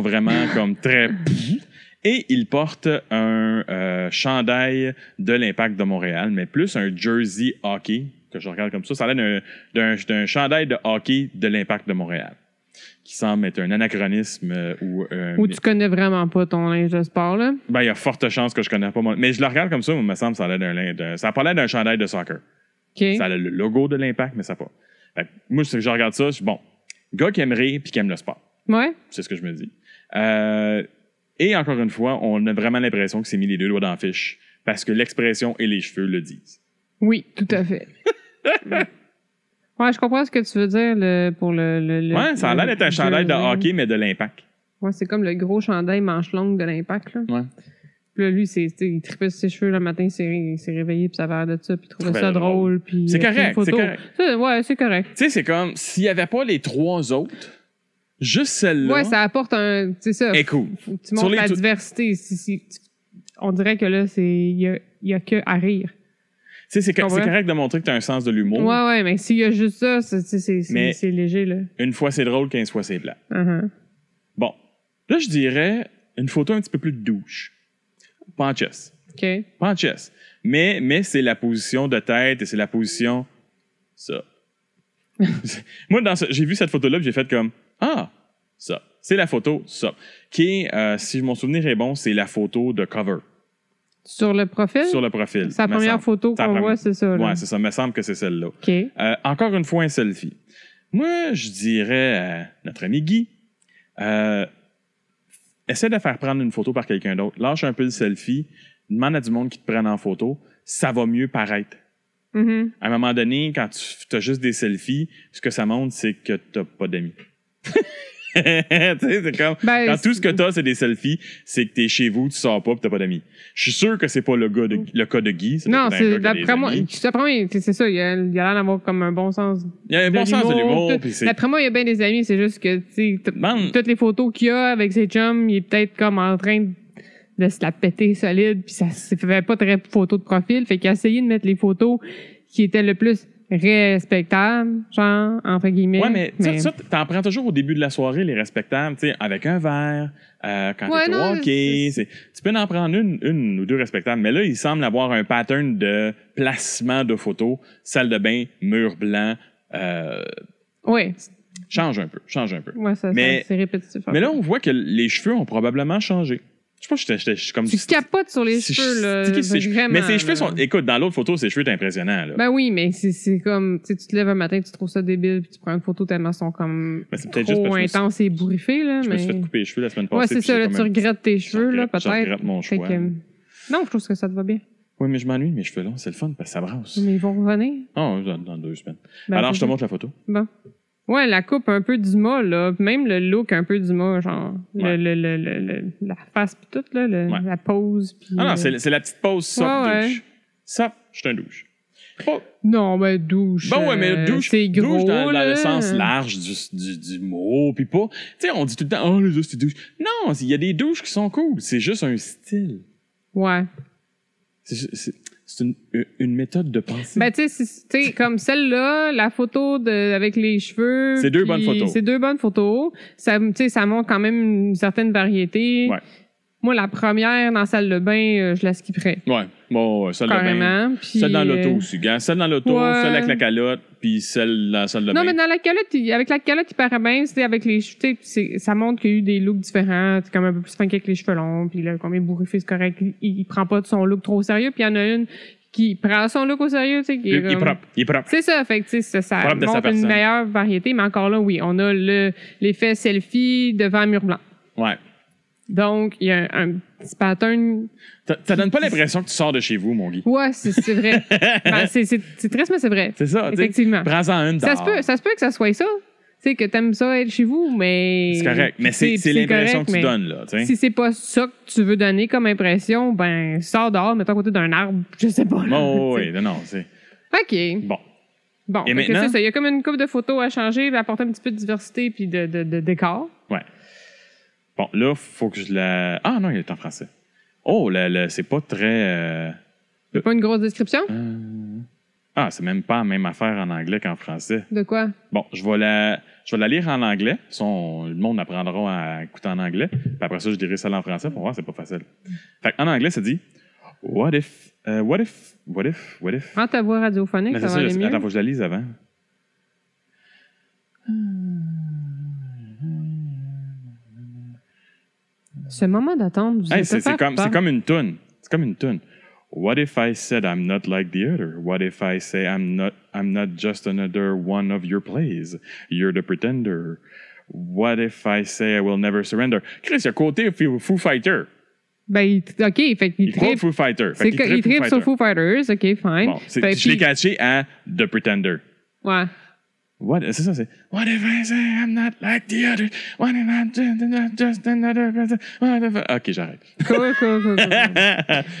[SPEAKER 2] vraiment comme très... pis. Et il porte un euh, chandail de l'Impact de Montréal, mais plus un jersey hockey, que je regarde comme ça. Ça a l'air d'un- d'un d'un chandail de hockey de l'Impact de Montréal qui semble être un anachronisme euh, ou euh,
[SPEAKER 1] Ou tu connais vraiment pas ton linge de sport, là.
[SPEAKER 2] ben il y a forte chance que je connais pas mon mais je le regarde comme ça il me semble que ça a l'air d'un lin- d'un- ça a pas l'air d'un chandail de soccer
[SPEAKER 1] OK.
[SPEAKER 2] ça a le logo de l'impact mais ça a pas Fait que moi je, je regarde ça je suis bon gars qui aime rire puis qui aime le sport
[SPEAKER 1] Ouais.
[SPEAKER 2] c'est ce que je me dis Euh, et encore une fois on a vraiment l'impression que c'est mis les deux doigts dans la fiche parce que l'expression et les cheveux le disent
[SPEAKER 1] Oui, tout à fait. ouais, je comprends ce que tu veux dire le, pour le, le, le-
[SPEAKER 2] ouais ça a l'air
[SPEAKER 1] le-
[SPEAKER 2] d'être un chandail de
[SPEAKER 1] jersey.
[SPEAKER 2] hockey mais de l'impact
[SPEAKER 1] Ouais, c'est comme le gros chandail manche longue de l'impact, là.
[SPEAKER 2] Ouais.
[SPEAKER 1] Puis là, lui, c'est, tu sais, il tripait sur ses cheveux le matin, il s'est, il s'est réveillé, puis ça avait l'air de ça, puis il trouvait
[SPEAKER 2] Très
[SPEAKER 1] ça
[SPEAKER 2] drôle.
[SPEAKER 1] drôle, puis...
[SPEAKER 2] C'est
[SPEAKER 1] il a pris
[SPEAKER 2] correct,
[SPEAKER 1] une photo.
[SPEAKER 2] c'est correct.
[SPEAKER 1] Ça, ouais, c'est correct.
[SPEAKER 2] tu sais c'est comme s'il y avait pas les trois autres juste celle-là
[SPEAKER 1] Ouais, ça apporte un... C'est ça,
[SPEAKER 2] est cool
[SPEAKER 1] faut que tu
[SPEAKER 2] Sur
[SPEAKER 1] montres
[SPEAKER 2] les
[SPEAKER 1] la
[SPEAKER 2] tou-
[SPEAKER 1] diversité. Si, si- tu- on dirait que là, c'est... Il y a, il y a que à rire.
[SPEAKER 2] Tu sais, c'est co-
[SPEAKER 1] Comprends?
[SPEAKER 2] c'est correct de montrer que tu as un sens de l'humour.
[SPEAKER 1] Ouais, ouais, mais s'il y a juste ça, c'est, c'est, c'est, c'est-
[SPEAKER 2] Oh. Mais-
[SPEAKER 1] c'est léger, là.
[SPEAKER 2] Une fois c'est drôle, quinze fois c'est plat.
[SPEAKER 1] Uh-huh.
[SPEAKER 2] Bon. Là, je dirais une photo un petit peu plus douche. Pas en chess.
[SPEAKER 1] OK.
[SPEAKER 2] Pas en chess. Mais, mais c'est la position de tête et c'est la position. Ça. Moi, dans ce- j'ai vu cette photo-là puis j'ai fait comme Ah, ça. C'est la photo, ça. Qui est, euh, si mon souvenir est bon, c'est la photo de cover
[SPEAKER 1] Sur le profil,
[SPEAKER 2] sur le profil.
[SPEAKER 1] Euh, c'est la
[SPEAKER 2] me
[SPEAKER 1] première
[SPEAKER 2] semble.
[SPEAKER 1] photo
[SPEAKER 2] C'est la
[SPEAKER 1] qu'on
[SPEAKER 2] première-
[SPEAKER 1] voit, c'est ça, là.
[SPEAKER 2] Ouais, c'est ça. Me semble que c'est celle-là.
[SPEAKER 1] OK.
[SPEAKER 2] Euh, encore une fois, un selfie. Moi, je dirais à notre ami Guy, euh, essaie de faire prendre une photo par quelqu'un d'autre. Lâche un peu le selfie. Demande à du monde qui te prenne en photo. Ça va mieux paraître.
[SPEAKER 1] Mhm.
[SPEAKER 2] À un moment donné, quand tu as juste des selfies, ce que ça montre, c'est que t'as pas d'amis. tu sais, c'est comme...
[SPEAKER 1] Ben,
[SPEAKER 2] Quand
[SPEAKER 1] c'est-
[SPEAKER 2] tout ce que t'as, c'est des selfies, c'est que t'es chez vous, tu sors pas, pis t'as pas d'amis. Je suis sûr que c'est pas le, gars de- le cas de Guy. ça doit
[SPEAKER 1] Non,
[SPEAKER 2] être un gars
[SPEAKER 1] c'est
[SPEAKER 2] qui a des
[SPEAKER 1] d'après moi,
[SPEAKER 2] amis.
[SPEAKER 1] d'après moi, il- c'est ça, il a il a l'air d'avoir comme un bon sens.
[SPEAKER 2] Il y a un
[SPEAKER 1] de
[SPEAKER 2] bon sens de l'humour,
[SPEAKER 1] tout.
[SPEAKER 2] puis c'est...
[SPEAKER 1] D'après moi, il y a bien des amis, c'est juste que tu sais, t-
[SPEAKER 2] Man.
[SPEAKER 1] toutes les photos qu'il a avec ses chums, il est peut-être comme en train de se la péter solide, puis ça ne fait pas très photo de profil, fait qu'il a essayé de mettre les photos qui étaient le plus respectables, genre entre guillemets.
[SPEAKER 2] Ouais, mais, tu sais, ça, t'en prends toujours au début de la soirée, les respectables, tu sais, avec un verre, euh, quand
[SPEAKER 1] Ouais,
[SPEAKER 2] t'es
[SPEAKER 1] non,
[SPEAKER 2] au hockey. c'est- Tu peux en prendre une, une ou deux respectables, mais là, il semble avoir un pattern de placement de photos, salle de bain, mur blanc, euh,
[SPEAKER 1] ouais,
[SPEAKER 2] change un peu, change un peu.
[SPEAKER 1] ouais, ça, ça-
[SPEAKER 2] Mais-
[SPEAKER 1] c'est répétitif.
[SPEAKER 2] Mais là, on voit que les cheveux ont probablement changé. Je sais pas, j'étais- j'étais- je suis comme...
[SPEAKER 1] tu capotes sur les
[SPEAKER 2] si-
[SPEAKER 1] cheveux,
[SPEAKER 2] si-
[SPEAKER 1] là.
[SPEAKER 2] si- si- si-
[SPEAKER 1] vraiment,
[SPEAKER 2] Mais ses cheveux
[SPEAKER 1] là.
[SPEAKER 2] sont... Écoute, dans l'autre photo, ses cheveux étaient impressionnants, là.
[SPEAKER 1] Ben oui, mais c'est- c'est comme, tu sais, tu te lèves un matin, tu trouves ça débile, puis tu prends une photo tellement ils sont comme
[SPEAKER 2] Mais c'est
[SPEAKER 1] trop
[SPEAKER 2] peut-être juste parce que je me suis-
[SPEAKER 1] intenses et bourriffés, là.
[SPEAKER 2] je me
[SPEAKER 1] mais...
[SPEAKER 2] suis fait couper les cheveux la semaine passée.
[SPEAKER 1] ouais, c'est
[SPEAKER 2] puis
[SPEAKER 1] ça,
[SPEAKER 2] j'ai
[SPEAKER 1] là,
[SPEAKER 2] comme
[SPEAKER 1] tu
[SPEAKER 2] un petit-
[SPEAKER 1] regrettes tes
[SPEAKER 2] je
[SPEAKER 1] cheveux, là,
[SPEAKER 2] regrette- Je
[SPEAKER 1] peut-être.
[SPEAKER 2] regrette mon
[SPEAKER 1] Fait
[SPEAKER 2] choix.
[SPEAKER 1] que- Non, je trouve que ça te va bien.
[SPEAKER 2] Oui, mais je m'ennuie, mes cheveux longs, c'est le fun, parce que ça brasse.
[SPEAKER 1] Mais ils vont revenir.
[SPEAKER 2] Oh, dans, dans deux semaines.
[SPEAKER 1] Ben,
[SPEAKER 2] Alors,
[SPEAKER 1] c'est
[SPEAKER 2] je te
[SPEAKER 1] ça.
[SPEAKER 2] montre la photo.
[SPEAKER 1] Ouais, la coupe un peu du mât, là. Même le look un peu du mât, genre. le-
[SPEAKER 2] Ouais.
[SPEAKER 1] Le, le, le, le- la face, puis tout, là. le-
[SPEAKER 2] Ouais.
[SPEAKER 1] La pose, puis.
[SPEAKER 2] Ah
[SPEAKER 1] euh,
[SPEAKER 2] non, c'est c'est la petite pause sop
[SPEAKER 1] Ouais,
[SPEAKER 2] douche. Sop, je suis un douche. Oh,
[SPEAKER 1] Non, ben, douche.
[SPEAKER 2] Bon, ouais, mais
[SPEAKER 1] euh,
[SPEAKER 2] douche,
[SPEAKER 1] c'est gros.
[SPEAKER 2] douche dans, dans
[SPEAKER 1] là.
[SPEAKER 2] le sens large du, du, du mot, puis pas. Tu sais, on dit tout le temps, oh, les douches, c'est douche. Non, il y a des douches qui sont cool. C'est juste un style.
[SPEAKER 1] Ouais.
[SPEAKER 2] C'est ju- C'est c'est une, une méthode de pensée.
[SPEAKER 1] Ben, tu sais, c'est- tu sais, comme celle-là, la photo de, avec les cheveux.
[SPEAKER 2] C'est deux
[SPEAKER 1] puis
[SPEAKER 2] bonnes photos.
[SPEAKER 1] C'est deux bonnes photos. Ça, tu sais, ça montre quand même une certaine variété.
[SPEAKER 2] Ouais.
[SPEAKER 1] Moi, la première dans la salle de bain, euh, je la skipperais.
[SPEAKER 2] Ouais, bon, ouais, celle de bain.
[SPEAKER 1] Carrément. Puis,
[SPEAKER 2] Celle dans l'auto
[SPEAKER 1] euh,
[SPEAKER 2] aussi, gars. Celle dans l'auto,
[SPEAKER 1] Ouais.
[SPEAKER 2] celle avec la calotte, puis celle dans la salle de
[SPEAKER 1] Non,
[SPEAKER 2] bain.
[SPEAKER 1] mais dans la calotte, il- avec la calotte, il paraît bien. C'était avec les cheveux. tu sais, c'est- Ça montre qu'il y a eu des looks différents. C'est comme un peu plus funky avec les cheveux longs. Puis là, combien bourré fait, c'est correct. Il, il prend pas de son look trop au sérieux. Puis il y en a une qui prend son look au sérieux. Tu sais, qui
[SPEAKER 2] il,
[SPEAKER 1] est
[SPEAKER 2] il est
[SPEAKER 1] comme-
[SPEAKER 2] propre, il est propre.
[SPEAKER 1] C'est ça, fait que, tu sais, ça, ça
[SPEAKER 2] Propre de sa
[SPEAKER 1] montre une
[SPEAKER 2] personne.
[SPEAKER 1] meilleure variété, mais encore là, oui, on a le- l'effet selfie devant mur blanc.
[SPEAKER 2] Ouais.
[SPEAKER 1] Donc, il y a un, un petit pattern.
[SPEAKER 2] Ça- Ça donne pas l'impression que tu sors de chez vous, mon Guy.
[SPEAKER 1] Ouais, c'est c'est vrai. Ben, c'est c'est- c'est triste, mais c'est vrai.
[SPEAKER 2] C'est ça, tu sais.
[SPEAKER 1] Effectivement.
[SPEAKER 2] Prends-en une
[SPEAKER 1] Ah. Ça se,
[SPEAKER 2] dehors.
[SPEAKER 1] peut, ça se peut que ça soit ça. Tu sais, que t'aimes ça être chez vous, mais.
[SPEAKER 2] C'est correct. Mais c'est c'est l'impression
[SPEAKER 1] correct,
[SPEAKER 2] que tu
[SPEAKER 1] mais
[SPEAKER 2] donnes, là. tu sais.
[SPEAKER 1] Si c'est pas ça que tu veux donner comme impression, ben, sors dehors, mets-toi à côté d'un arbre, je sais pas. là,
[SPEAKER 2] Bon,
[SPEAKER 1] tu sais.
[SPEAKER 2] Oh, oui, non, non, c'est.
[SPEAKER 1] OK.
[SPEAKER 2] Bon.
[SPEAKER 1] Bon,
[SPEAKER 2] Et
[SPEAKER 1] fait que
[SPEAKER 2] maintenant?
[SPEAKER 1] c'est ça. Il y a comme une coupe de photos à changer, puis apporter un petit peu de diversité puis de, de, de décor.
[SPEAKER 2] Bon, là, faut que je la. Ah non, il est en français. Oh, là, là, c'est pas très. euh,
[SPEAKER 1] C'est Pas une grosse description?
[SPEAKER 2] euh, Ah, c'est même pas la même affaire en anglais qu'en français.
[SPEAKER 1] De quoi?
[SPEAKER 2] Bon, je vais la, je vais la lire en anglais. Ça, on- le monde apprendra à écouter en anglais. Puis après ça, je dirai ça en français pour voir, c'est pas facile. Fait en anglais, ça dit What if, euh, what if, what if, what if.
[SPEAKER 1] Prends ta voix radiophonique,
[SPEAKER 2] Mais
[SPEAKER 1] ça
[SPEAKER 2] c'est
[SPEAKER 1] va
[SPEAKER 2] ça,
[SPEAKER 1] aller
[SPEAKER 2] je-
[SPEAKER 1] mieux.
[SPEAKER 2] attends, faut que je la lise avant.
[SPEAKER 1] Ce moment d'attente, vous êtes
[SPEAKER 2] Hey, Ah, c'est c'est
[SPEAKER 1] faire
[SPEAKER 2] comme,
[SPEAKER 1] peur.
[SPEAKER 2] c'est comme une toune. C'est comme une toune. What if I said I'm not like the other? What if I say I'm not, I'm not just another one of your plays? You're the pretender. What if I say I will never surrender? Chris, il a côté Foo Foo Fighter.
[SPEAKER 1] Ben, il- OK, fait qu'il
[SPEAKER 2] Il croit
[SPEAKER 1] tripe.
[SPEAKER 2] Foo Fighter. Fait
[SPEAKER 1] C'est
[SPEAKER 2] qu'il
[SPEAKER 1] que- il
[SPEAKER 2] tripe Foo
[SPEAKER 1] tripe sur
[SPEAKER 2] Fighter.
[SPEAKER 1] Foo Fighters, OK, fine.
[SPEAKER 2] Bon, c'est-
[SPEAKER 1] Fait
[SPEAKER 2] je l'ai
[SPEAKER 1] puis-
[SPEAKER 2] catché à The Pretender.
[SPEAKER 1] Ouais.
[SPEAKER 2] What, c'est ça, c'est What if I say I'm not like the other? What if I'm just- not just another person? What if I- Ok, j'arrête.
[SPEAKER 1] Cool, cool, cool, cool.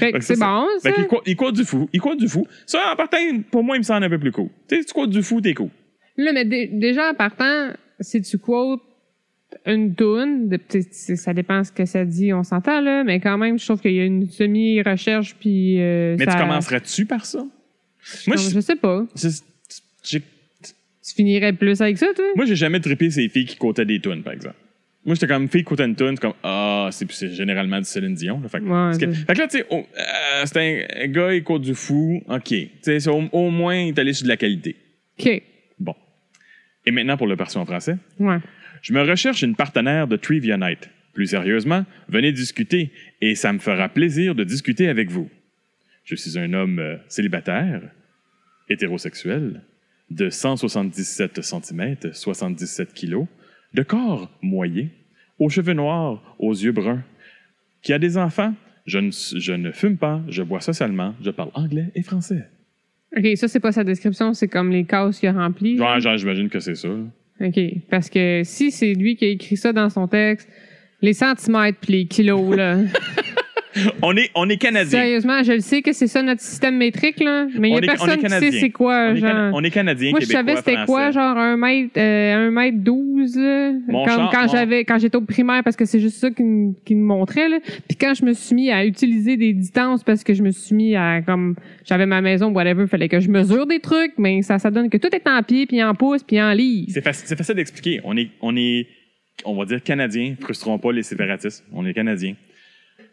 [SPEAKER 1] Fait
[SPEAKER 2] Fait
[SPEAKER 1] que
[SPEAKER 2] que
[SPEAKER 1] c'est
[SPEAKER 2] ça,
[SPEAKER 1] bon, ça?
[SPEAKER 2] Fait qu'il court, il court du fou. Il court du fou. Ça, en partant, pour moi, il me semble un peu plus cool. Tu sais, tu cours du fou, t'es cool.
[SPEAKER 1] Là, mais dé- déjà, en partant, si tu quotes une toune, de- tu sais, c'est- ça dépend ce que ça dit, on s'entend, là, mais quand même, je trouve qu'il y a une semi-recherche, puis... euh,
[SPEAKER 2] Mais
[SPEAKER 1] ça-
[SPEAKER 2] tu commencerais-tu par ça? Moi,
[SPEAKER 1] Non,
[SPEAKER 2] je-
[SPEAKER 1] je sais pas.
[SPEAKER 2] c'est- j'ai
[SPEAKER 1] Tu finirais plus avec ça, toi?
[SPEAKER 2] moi, j'ai jamais trippé ces filles qui cotaient des tunes, par exemple. Moi, j'étais comme fille qui cotait une tune, c'est comme ah, c'est c'est généralement du Céline Dion. là. fait, que-
[SPEAKER 1] Ouais,
[SPEAKER 2] parce que,
[SPEAKER 1] c'est-
[SPEAKER 2] fait que là, tu sais, oh, euh, c'est un, un gars, il court du fou, ok. Tu sais, c'est au, au moins, il est allé sur de la qualité.
[SPEAKER 1] OK.
[SPEAKER 2] Bon. Et maintenant pour le version en français.
[SPEAKER 1] Ouais.
[SPEAKER 2] Je me recherche une partenaire de Trivia Night. Plus sérieusement, venez discuter et ça me fera plaisir de discuter avec vous. Je suis un homme euh, célibataire, hétérosexuel, de 177 cm, 77 kg, de corps moyen, aux cheveux noirs, aux yeux bruns, qui a des enfants. Je ne, je ne fume pas, je bois socialement, je parle anglais et français.
[SPEAKER 1] OK, ça, c'est pas sa description, c'est comme les cases qu'il a remplies.
[SPEAKER 2] Genre, genre, j'imagine que c'est ça. là.
[SPEAKER 1] OK. Parce que si c'est lui qui a écrit ça dans son texte, les centimètres puis les kilos, là.
[SPEAKER 2] On est, on est canadien.
[SPEAKER 1] Sérieusement, je le sais que c'est ça notre système métrique, là. Mais il y
[SPEAKER 2] On
[SPEAKER 1] a
[SPEAKER 2] est- on est
[SPEAKER 1] personne qui sait
[SPEAKER 2] Canadien.
[SPEAKER 1] c'est quoi,
[SPEAKER 2] On est,
[SPEAKER 1] genre.
[SPEAKER 2] Cana- on est canadien,
[SPEAKER 1] Moi, je
[SPEAKER 2] québécois,
[SPEAKER 1] savais c'était quoi,
[SPEAKER 2] français.
[SPEAKER 1] genre un mètre, euh, un mètre douze, là.
[SPEAKER 2] Mon
[SPEAKER 1] Comme
[SPEAKER 2] char-
[SPEAKER 1] quand
[SPEAKER 2] mon-
[SPEAKER 1] j'avais, quand j'étais au primaire, parce que c'est juste ça qui me qui me montrait, là. Puis quand je me suis mis à utiliser des distances, parce que je me suis mis à, comme, j'avais ma maison, whatever, fallait que je mesure des trucs, mais ça, ça donne que tout est en pied, puis en pouce, puis en livre.
[SPEAKER 2] C'est faci- c'est facile d'expliquer. On est, on est, on va dire canadien. Frustrons pas les séparatistes. On est canadien.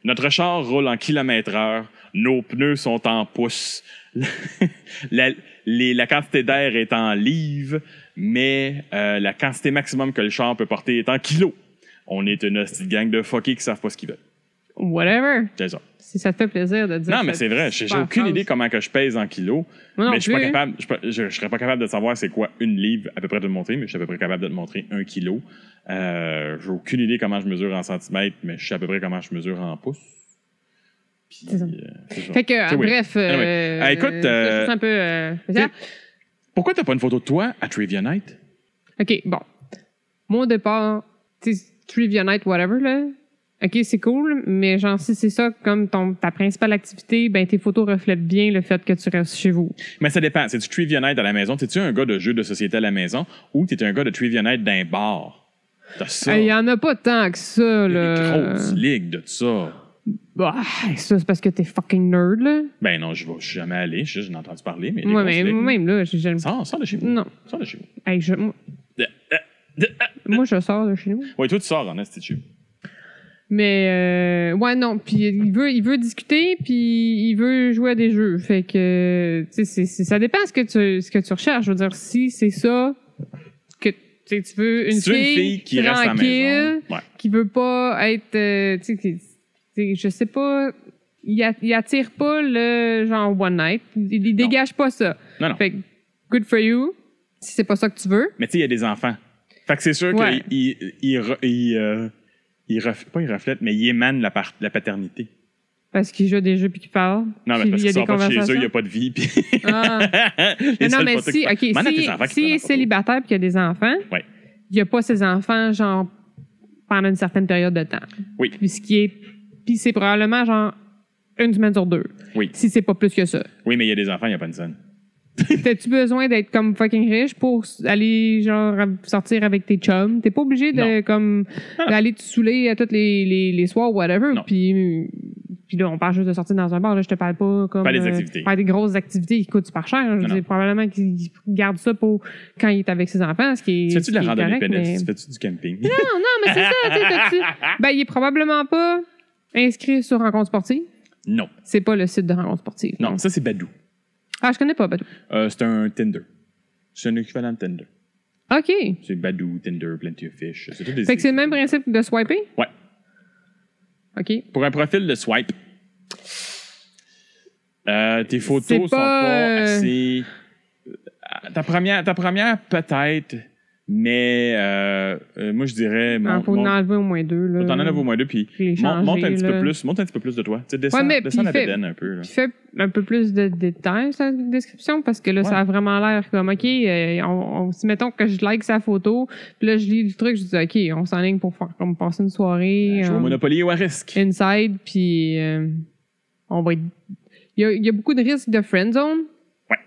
[SPEAKER 2] Notre char roule en kilomètre-heure. Nos pneus sont en pouces. la, les- la quantité d'air est en livres, mais euh, la quantité maximum que le char peut porter est en kilos. On est une petite gang de fuckés qui savent pas ce qu'ils veulent.
[SPEAKER 1] Whatever.
[SPEAKER 2] C'est ça.
[SPEAKER 1] Si ça te fait plaisir de dire
[SPEAKER 2] Non,
[SPEAKER 1] que
[SPEAKER 2] mais
[SPEAKER 1] ça-
[SPEAKER 2] c'est vrai. J'ai j'ai
[SPEAKER 1] super
[SPEAKER 2] aucune
[SPEAKER 1] phrase.
[SPEAKER 2] idée comment que je pèse en kilos.
[SPEAKER 1] Moi non
[SPEAKER 2] mais je suis pas
[SPEAKER 1] plus.
[SPEAKER 2] capable, je, suis pas- je- je serais pas capable de savoir c'est quoi une livre à peu près de le montrer, mais je suis à peu près capable de te montrer un kilo. Euh, j'ai aucune idée comment je mesure en centimètres, mais je sais à peu près comment je mesure en pouces. Puis,
[SPEAKER 1] C'est ça.
[SPEAKER 2] euh, c'est ça.
[SPEAKER 1] Fait que,
[SPEAKER 2] C'est
[SPEAKER 1] euh,
[SPEAKER 2] weird.
[SPEAKER 1] bref.
[SPEAKER 2] Anyway.
[SPEAKER 1] euh,
[SPEAKER 2] Ah, écoute,
[SPEAKER 1] c'est
[SPEAKER 2] euh,
[SPEAKER 1] juste un peu. euh,
[SPEAKER 2] t'sais- Pourquoi t'as pas une photo de toi à Trivia Night?
[SPEAKER 1] OK, bon. Moi, au départ, tu sais, Trivia Night, whatever, là. OK, c'est cool, mais genre, si c'est ça comme ton, ta principale activité, ben tes photos reflètent bien le fait que tu restes chez vous.
[SPEAKER 2] Mais ça dépend. C'est-tu Trivia Night à la maison? T'es-tu un gars de jeux de société à la maison ou t'es un gars de Trivia Night d'un bar? T'as
[SPEAKER 1] Il
[SPEAKER 2] ça.
[SPEAKER 1] y en a pas tant que ça,
[SPEAKER 2] Il y a des
[SPEAKER 1] là.
[SPEAKER 2] grosses ligues de ça.
[SPEAKER 1] Bah, ça, c'est parce que t'es fucking nerd, là.
[SPEAKER 2] Ben non, je vais- je suis jamais allé. Je je n'ai entendu parler, mais. il y a des
[SPEAKER 1] Moi,
[SPEAKER 2] grosses
[SPEAKER 1] mais,
[SPEAKER 2] ligues.
[SPEAKER 1] moi-même, là, j'ai jamais.
[SPEAKER 2] Sors, sors de chez vous.
[SPEAKER 1] Non.
[SPEAKER 2] Sors de chez vous.
[SPEAKER 1] Hey, je- moi,
[SPEAKER 2] Euh, euh, euh, euh.
[SPEAKER 1] moi, je sors de chez nous.
[SPEAKER 2] hein, Ouais, toi, tu sors en institut.
[SPEAKER 1] Mais euh, ouais non, puis il veut il veut discuter, puis il veut jouer à des jeux. Fait que tu sais c'est- c'est- ça dépend ce que tu ce que tu recherches. Je veux dire si c'est ça que tu sais, tu veux une,
[SPEAKER 2] Si tu veux
[SPEAKER 1] fille,
[SPEAKER 2] qui reste à la
[SPEAKER 1] tranquille,
[SPEAKER 2] maison. Ouais.
[SPEAKER 1] qui veut pas être euh, tu sais qui- tu sais, je sais pas il, a- il attire pas le genre one night, il, il dégage pas ça.
[SPEAKER 2] Non, non.
[SPEAKER 1] Fait que good for you si c'est pas ça que tu veux.
[SPEAKER 2] Mais tu sais, il y a des enfants. Fait que c'est sûr
[SPEAKER 1] Ouais.
[SPEAKER 2] qu'il il, il, re- il, euh, il ref- pas il reflète, mais il émane la, part- la paternité.
[SPEAKER 1] Parce qu'il joue à des jeux puis qu'il parle.
[SPEAKER 2] Non, mais
[SPEAKER 1] puis
[SPEAKER 2] parce
[SPEAKER 1] il y a
[SPEAKER 2] qu'ils
[SPEAKER 1] des
[SPEAKER 2] sont pas de chez eux, il n'y
[SPEAKER 1] conversations.
[SPEAKER 2] a pas de vie. Puis
[SPEAKER 1] Ah. Mais non, mais si, OK, si, si il est célibataire et qu'il y a des enfants,
[SPEAKER 2] Ouais.
[SPEAKER 1] il n'y a pas ses enfants, genre, pendant une certaine période de temps.
[SPEAKER 2] Oui.
[SPEAKER 1] Puis ce qui est... Puis c'est probablement, genre, une semaine sur deux.
[SPEAKER 2] Oui.
[SPEAKER 1] Si c'est pas plus que ça.
[SPEAKER 2] Oui, mais il y a des enfants, il n'y a pas une scène.
[SPEAKER 1] T'as-tu besoin d'être comme fucking riche pour s- aller, genre, sortir avec tes chums? T'es pas obligé de,
[SPEAKER 2] Non. Ah.
[SPEAKER 1] comme, d'aller te saouler à tous les, les, les soirs, whatever.
[SPEAKER 2] Non.
[SPEAKER 1] Puis... Puis là, on parle juste de sortir dans un bar. Là, je te parle pas comme.
[SPEAKER 2] Pas des
[SPEAKER 1] euh,
[SPEAKER 2] activités.
[SPEAKER 1] faire des grosses activités qui coûtent super cher. Je veux
[SPEAKER 2] Non,
[SPEAKER 1] dire,
[SPEAKER 2] non.
[SPEAKER 1] probablement qu'il garde ça pour quand il est avec ses enfants, ce qui est.
[SPEAKER 2] Tu fais-tu de la
[SPEAKER 1] ce qui est
[SPEAKER 2] randonnée
[SPEAKER 1] correct, mais-
[SPEAKER 2] pédestre? Tu fais-tu du camping?
[SPEAKER 1] Non, non, mais c'est ça. tu sais, t'as-tu- Ben, il est probablement pas inscrit sur Rencontre sportive.
[SPEAKER 2] Non.
[SPEAKER 1] C'est pas le site de Rencontre sportive.
[SPEAKER 2] Non, ça, c'est Badou.
[SPEAKER 1] Ah, je connais pas, Badou.
[SPEAKER 2] Euh, c'est un Tinder. C'est un équivalent de Tinder.
[SPEAKER 1] OK.
[SPEAKER 2] C'est Badou, Tinder, Plenty of Fish. C'est tout des
[SPEAKER 1] Fait que c'est le même principe de swiper?
[SPEAKER 2] Ouais.
[SPEAKER 1] OK.
[SPEAKER 2] Pour un profil de swipe, euh, tes photos
[SPEAKER 1] C'est
[SPEAKER 2] sont
[SPEAKER 1] pas,
[SPEAKER 2] pas
[SPEAKER 1] euh,
[SPEAKER 2] assez. euh, Ta première, ta première peut-être, mais euh, euh, moi je dirais.
[SPEAKER 1] Il
[SPEAKER 2] Mon,
[SPEAKER 1] faut
[SPEAKER 2] mon-
[SPEAKER 1] en enlever au moins deux, là.
[SPEAKER 2] faut t'en enlever au moins deux, puis
[SPEAKER 1] Puis les
[SPEAKER 2] mon-
[SPEAKER 1] changer,
[SPEAKER 2] monte un petit
[SPEAKER 1] là.
[SPEAKER 2] peu plus, monte un petit peu plus de toi. Tu sais, descends,
[SPEAKER 1] Ouais, mais
[SPEAKER 2] descends
[SPEAKER 1] puis
[SPEAKER 2] la
[SPEAKER 1] fait-
[SPEAKER 2] bédaine un peu. là.
[SPEAKER 1] Puis fais un peu plus de détails sur la description parce que là,
[SPEAKER 2] Ouais.
[SPEAKER 1] ça a vraiment l'air comme, OK, euh, on, on- si mettons que je like sa photo, puis là, je lis le truc, je dis, OK, on s'enligne pour faire comme passer une soirée
[SPEAKER 2] Jouer au
[SPEAKER 1] euh,
[SPEAKER 2] Monopoly ou à risque.
[SPEAKER 1] inside, puis euh, on va être- Il y a, il y a beaucoup de risques de friend zone.
[SPEAKER 2] Ouais.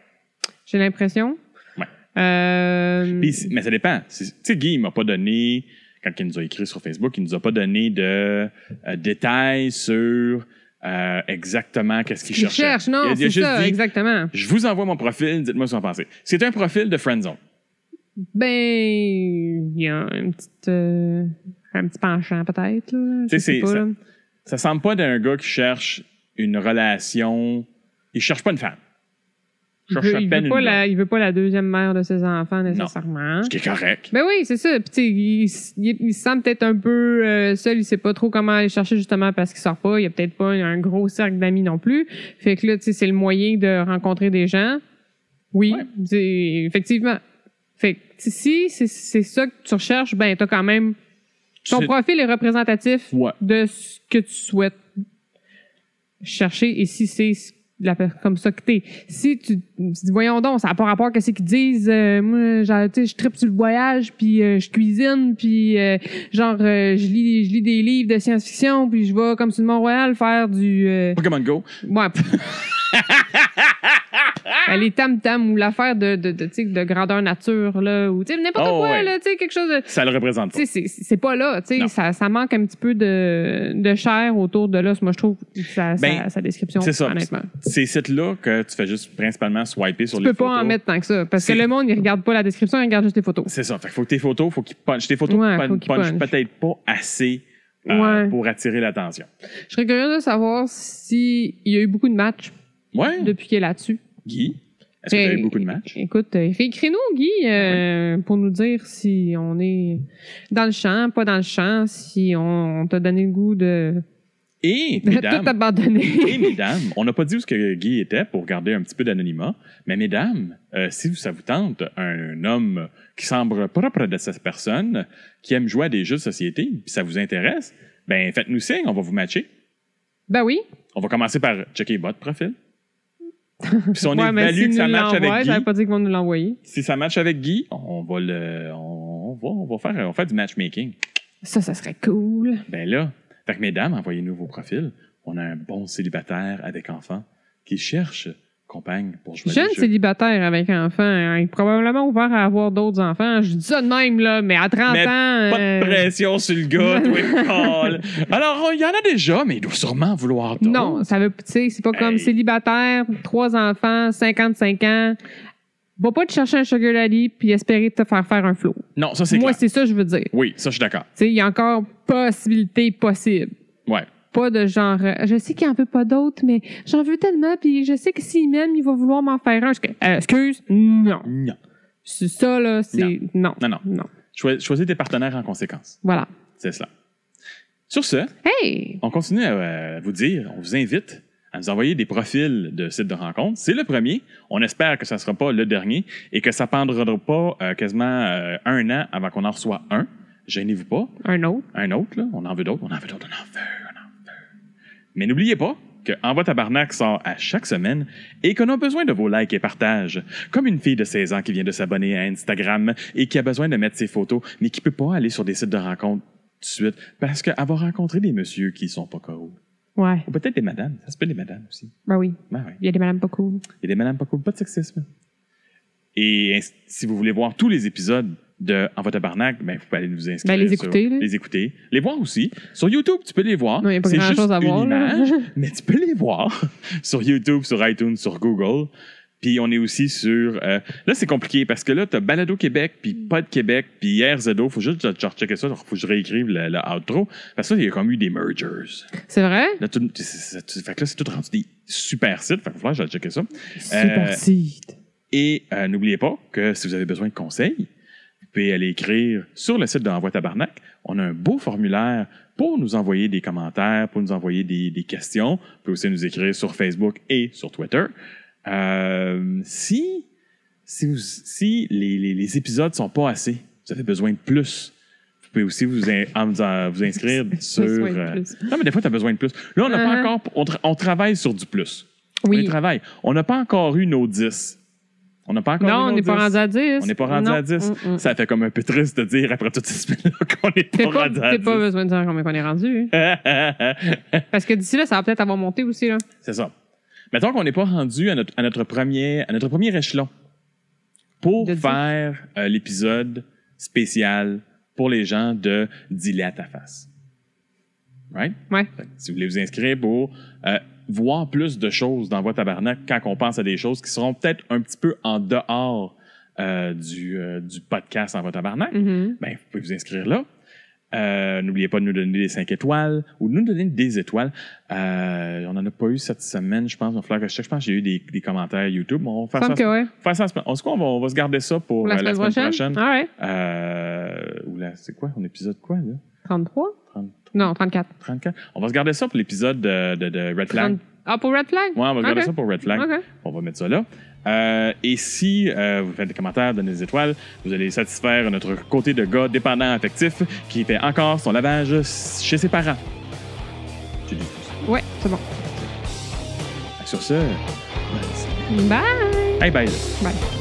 [SPEAKER 1] J'ai l'impression.
[SPEAKER 2] Ouais.
[SPEAKER 1] Euh,
[SPEAKER 2] Puis c'est- mais ça dépend. C'est- Tu sais, Guy, il m'a pas donné, quand il nous a écrit sur Facebook, il nous a pas donné de euh, détails sur euh, exactement qu'est-ce qu'il
[SPEAKER 1] il
[SPEAKER 2] cherchait.
[SPEAKER 1] cherche, non,
[SPEAKER 2] il a, il a
[SPEAKER 1] c'est
[SPEAKER 2] juste
[SPEAKER 1] ça,
[SPEAKER 2] dit,
[SPEAKER 1] exactement.
[SPEAKER 2] je vous envoie mon profil, dites-moi ce que vous en pensez. C'est un profil de friendzone.
[SPEAKER 1] Ben, il y a une petite, euh, un petit penchant peut-être. là. Je
[SPEAKER 2] Tu sais,
[SPEAKER 1] sais
[SPEAKER 2] c'est-
[SPEAKER 1] pas,
[SPEAKER 2] ça-
[SPEAKER 1] là.
[SPEAKER 2] Ça semble pas d'un gars qui cherche une relation. Il cherche pas une femme. Il
[SPEAKER 1] Il
[SPEAKER 2] cherche
[SPEAKER 1] veut,
[SPEAKER 2] à
[SPEAKER 1] il
[SPEAKER 2] peine
[SPEAKER 1] veut
[SPEAKER 2] une
[SPEAKER 1] pas
[SPEAKER 2] blonde.
[SPEAKER 1] la, il veut pas la deuxième mère de ses enfants nécessairement.
[SPEAKER 2] Ce qui est correct.
[SPEAKER 1] Ben oui, c'est ça. Puis tu sais, il, s- il, il se sent peut-être un peu euh, seul, il sait pas trop comment aller chercher justement parce qu'il sort pas, il y a peut-être pas un gros cercle d'amis non plus. Fait que là, tu sais, c'est le moyen de rencontrer des gens. Oui,
[SPEAKER 2] Ouais.
[SPEAKER 1] c'est- effectivement. Fait que tu sais, si c'est c'est ça que tu recherches, ben t'as quand même ton
[SPEAKER 2] C'est-
[SPEAKER 1] profil est représentatif
[SPEAKER 2] Ouais.
[SPEAKER 1] de ce que tu souhaites chercher et si c'est la per- comme ça que t'es. Si tu, tu dis, voyons donc, ça n'a pas rapport à ce qu'ils disent, euh, moi, genre, tu sais, je tripe sur le voyage, puis euh, je cuisine, puis euh, genre, euh, je, lis, je lis des livres de science-fiction, puis je vais comme sur le Mont-Royal faire du... euh,
[SPEAKER 2] Pokémon Go.
[SPEAKER 1] Ouais. Ben, les tam-tam ou l'affaire de, de, de, tu sais, de grandeur nature, là, ou tu sais, n'importe
[SPEAKER 2] Oh,
[SPEAKER 1] quoi,
[SPEAKER 2] ouais.
[SPEAKER 1] là, tu sais, quelque chose de
[SPEAKER 2] Ça le représente pas.
[SPEAKER 1] tu sais, c'est- c'est pas là, tu
[SPEAKER 2] Non.
[SPEAKER 1] sais, ça, ça manque un petit peu de, de chair autour de l'os. Moi, je trouve que ça, ça-
[SPEAKER 2] Ben,
[SPEAKER 1] sa description,
[SPEAKER 2] c'est ça.
[SPEAKER 1] honnêtement.
[SPEAKER 2] Ces sites-là que tu fais juste principalement swiper sur
[SPEAKER 1] Tu
[SPEAKER 2] les
[SPEAKER 1] peux
[SPEAKER 2] photos.
[SPEAKER 1] pas en mettre tant que ça, parce que
[SPEAKER 2] C'est-
[SPEAKER 1] le monde, il regarde pas la description, il regarde juste les photos.
[SPEAKER 2] C'est ça. Fait que faut que tes photos, faut qu'ils punchent. Tes photos
[SPEAKER 1] Ouais,
[SPEAKER 2] pun-
[SPEAKER 1] faut qu'ils
[SPEAKER 2] punchent
[SPEAKER 1] punchent.
[SPEAKER 2] peut-être pas assez euh,
[SPEAKER 1] Ouais.
[SPEAKER 2] pour attirer l'attention.
[SPEAKER 1] Je serais curieux de savoir s'il y a eu beaucoup de matchs
[SPEAKER 2] Ouais,
[SPEAKER 1] depuis qu'il est là-dessus.
[SPEAKER 2] Guy, est-ce que tu as eu
[SPEAKER 1] Ben,
[SPEAKER 2] beaucoup de matchs?
[SPEAKER 1] Écoute, euh, écris-nous, Guy,
[SPEAKER 2] Ah
[SPEAKER 1] euh, pour nous dire si on est dans le champ, pas dans le champ, si on, on t'a donné le goût de,
[SPEAKER 2] Et,
[SPEAKER 1] de tout
[SPEAKER 2] mesdames, et
[SPEAKER 1] abandonner.
[SPEAKER 2] mesdames, on n'a pas dit où ce que Guy était pour garder un petit peu d'anonymat, mais mesdames, euh, si ça vous tente, un homme qui semble propre de cette personne, qui aime jouer à des jeux de société, puis ça vous intéresse, ben faites-nous signe, on va vous matcher.
[SPEAKER 1] ben oui.
[SPEAKER 2] On va commencer par checker votre profil. Puis si on
[SPEAKER 1] Ouais, mais
[SPEAKER 2] évalue
[SPEAKER 1] s'il
[SPEAKER 2] que ça
[SPEAKER 1] nous
[SPEAKER 2] matche
[SPEAKER 1] l'envoie,
[SPEAKER 2] avec Guy,
[SPEAKER 1] j'avais pas dit qu'ils vont nous l'envoyer.
[SPEAKER 2] si ça match avec Guy, on va le, on, on va, on va faire, on va faire du matchmaking.
[SPEAKER 1] Ça, ça serait cool.
[SPEAKER 2] Ben là, fait que mesdames, envoyez-nous vos profils. On a un bon célibataire avec enfant qui cherche compagne pour jouer. à des
[SPEAKER 1] Jeune
[SPEAKER 2] jeux.
[SPEAKER 1] célibataire avec enfant, hein, il est probablement ouvert à avoir d'autres enfants. Je dis ça de même, là, mais à 30
[SPEAKER 2] Mais
[SPEAKER 1] ans.
[SPEAKER 2] Pas
[SPEAKER 1] euh,
[SPEAKER 2] de pression sur le gars, toi, Paul. Alors, il y en a déjà, mais il doit sûrement vouloir d'autres.
[SPEAKER 1] non, ça veut, tu sais, c'est pas comme
[SPEAKER 2] Hey.
[SPEAKER 1] célibataire, trois enfants, 55 ans, Va pas te chercher un sugar daddy puis espérer te faire faire un flow.
[SPEAKER 2] Non, ça, c'est
[SPEAKER 1] Moi,
[SPEAKER 2] clair.
[SPEAKER 1] c'est ça que je veux dire. Tu
[SPEAKER 2] Oui, ça, je suis d'accord.
[SPEAKER 1] sais, il y a encore possibilité possible.
[SPEAKER 2] Ouais.
[SPEAKER 1] Pas de genre, euh, je sais qu'il en veut pas d'autres, mais j'en veux tellement, puis je sais que s'il m'aime, il va vouloir m'en faire un. Je suis comme, Euh, excuse, non.
[SPEAKER 2] Non.
[SPEAKER 1] C'est ça, là, c'est non.
[SPEAKER 2] Non, non.
[SPEAKER 1] Non.
[SPEAKER 2] Choi- Choisis tes partenaires en conséquence.
[SPEAKER 1] Voilà.
[SPEAKER 2] C'est cela. Sur ce,
[SPEAKER 1] Hey!
[SPEAKER 2] on continue à euh, vous dire, on vous invite à nous envoyer des profils de sites de rencontres. C'est le premier. On espère que ça ne sera pas le dernier et que ça ne pendra pas euh, quasiment euh, un an avant qu'on en reçoive un. Gênez-vous pas.
[SPEAKER 1] Un autre.
[SPEAKER 2] un autre, là. On en veut d'autres, on en veut d'autres, on en veut, on en veut. Mais n'oubliez pas que Envoi Tabarnak sort à chaque semaine et qu'on a besoin de vos likes et partages. Comme une fille de 16 ans qui vient de s'abonner à Instagram et qui a besoin de mettre ses photos, mais qui peut pas aller sur des sites de rencontres tout de suite parce qu'elle va rencontrer des messieurs qui sont pas cool.
[SPEAKER 1] Ouais.
[SPEAKER 2] Ou peut-être des madames. Ça se peut des madames aussi.
[SPEAKER 1] Ben oui.
[SPEAKER 2] Ben ouais.
[SPEAKER 1] Il y a des madames pas cool.
[SPEAKER 2] Il y a des madames pas cool, pas de sexisme. Et ins- si vous voulez voir tous les épisodes de Envoi Tabarnak, ben, vous pouvez aller vous inscrire.
[SPEAKER 1] Ben, les
[SPEAKER 2] sur-
[SPEAKER 1] écouter, là.
[SPEAKER 2] les écouter. Les voir aussi. Sur YouTube, tu peux les voir.
[SPEAKER 1] Non, il y a pas
[SPEAKER 2] C'est juste
[SPEAKER 1] grand-chose à
[SPEAKER 2] une
[SPEAKER 1] voir, là.
[SPEAKER 2] image, mais tu peux les voir sur YouTube, sur iTunes, sur Google. Puis on est aussi sur... euh, là, c'est compliqué parce que là, tu as Balado Québec, puis
[SPEAKER 1] Mm.
[SPEAKER 2] Pod Québec, puis RZO. faut juste que je rechecker ça. faut que je réécrive le, le outro. Parce que là, il y a comme eu des mergers.
[SPEAKER 1] C'est vrai?
[SPEAKER 2] Là, tout, c'est- c'est- c'est- fait que là, c'est tout rendu des super sites. Fait que voilà, je vais checker ça.
[SPEAKER 1] Super site.
[SPEAKER 2] Et euh, n'oubliez pas que si vous avez besoin de conseils, vous pouvez aller écrire sur le site de Envoi Tabarnak. On a un beau formulaire pour nous envoyer des commentaires, pour nous envoyer des, des questions. Vous pouvez aussi nous écrire sur Facebook et sur Twitter. Euh, si si, vous- si les, les, les épisodes sont pas assez, vous avez besoin de plus, vous pouvez aussi vous, in- en- vous en- vous inscrire sur...
[SPEAKER 1] Besoin de
[SPEAKER 2] euh,
[SPEAKER 1] plus.
[SPEAKER 2] non, mais des fois, tu as besoin de plus. Là, on n'a
[SPEAKER 1] Uh-huh.
[SPEAKER 2] pas encore... On, tra- on travaille sur du plus. On y
[SPEAKER 1] Oui.
[SPEAKER 2] travaille. On n'a pas encore eu nos 10. On n'a pas encore eu
[SPEAKER 1] Non, on
[SPEAKER 2] nos
[SPEAKER 1] n'est pas
[SPEAKER 2] 10.
[SPEAKER 1] rendu à 10.
[SPEAKER 2] On n'est pas rendu
[SPEAKER 1] Non.
[SPEAKER 2] à 10.
[SPEAKER 1] Mm, mm.
[SPEAKER 2] Ça fait comme un peu triste de dire après toutes ces semaines-là qu'on n'est
[SPEAKER 1] T'as
[SPEAKER 2] pas,
[SPEAKER 1] pas,
[SPEAKER 2] rendu à
[SPEAKER 1] t'as
[SPEAKER 2] 10.
[SPEAKER 1] pas besoin de dire combien on est rendu. Parce que d'ici là, ça va peut-être avoir monté aussi. Là.
[SPEAKER 2] C'est ça. Mettons qu'on n'est pas rendu à notre, à notre premier, à notre premier échelon pour
[SPEAKER 1] De dix.
[SPEAKER 2] faire euh, l'épisode spécial pour les gens de Dilé à ta face. Right?
[SPEAKER 1] Ouais.
[SPEAKER 2] Fait que Si vous voulez vous inscrire pour euh, voir plus de choses dans votre tabarnak quand on pense à des choses qui seront peut-être un petit peu en dehors euh, du, euh, du podcast en votre tabarnak,
[SPEAKER 1] Mhm.
[SPEAKER 2] ben, vous pouvez vous inscrire là. Euh, N'oubliez pas de nous donner des 5 étoiles ou de nous donner des étoiles. Euh, on n'en a pas eu cette semaine, je pense. Il va falloir que je check. Je pense que j'ai eu des, des commentaires YouTube. On va faire ça,
[SPEAKER 1] Semble que ouais.
[SPEAKER 2] faire ça la semaine- en tout cas, on va, on va se garder ça pour,
[SPEAKER 1] Pour la
[SPEAKER 2] euh,
[SPEAKER 1] semaine prochaine. Ah ouais.
[SPEAKER 2] Euh, ou là, c'est quoi? On épisode quoi, là?
[SPEAKER 1] 33?
[SPEAKER 2] 30,
[SPEAKER 1] Non, 34.
[SPEAKER 2] 34? On va se garder ça pour l'épisode de, de- de Red Flag.
[SPEAKER 1] 30. Ah, pour Red Flag?
[SPEAKER 2] Ouais, on va se garder
[SPEAKER 1] Ok.
[SPEAKER 2] ça pour Red Flag.
[SPEAKER 1] OK.
[SPEAKER 2] On va mettre ça là. Euh, et si euh, vous faites des commentaires, donnez des étoiles, vous allez satisfaire notre côté de gars dépendant affectif qui fait encore son lavage chez ses parents. J'ai dit tout ça.
[SPEAKER 1] Ouais, c'est bon.
[SPEAKER 2] Sur ce,
[SPEAKER 1] Bye!
[SPEAKER 2] hey bye.
[SPEAKER 1] Bye.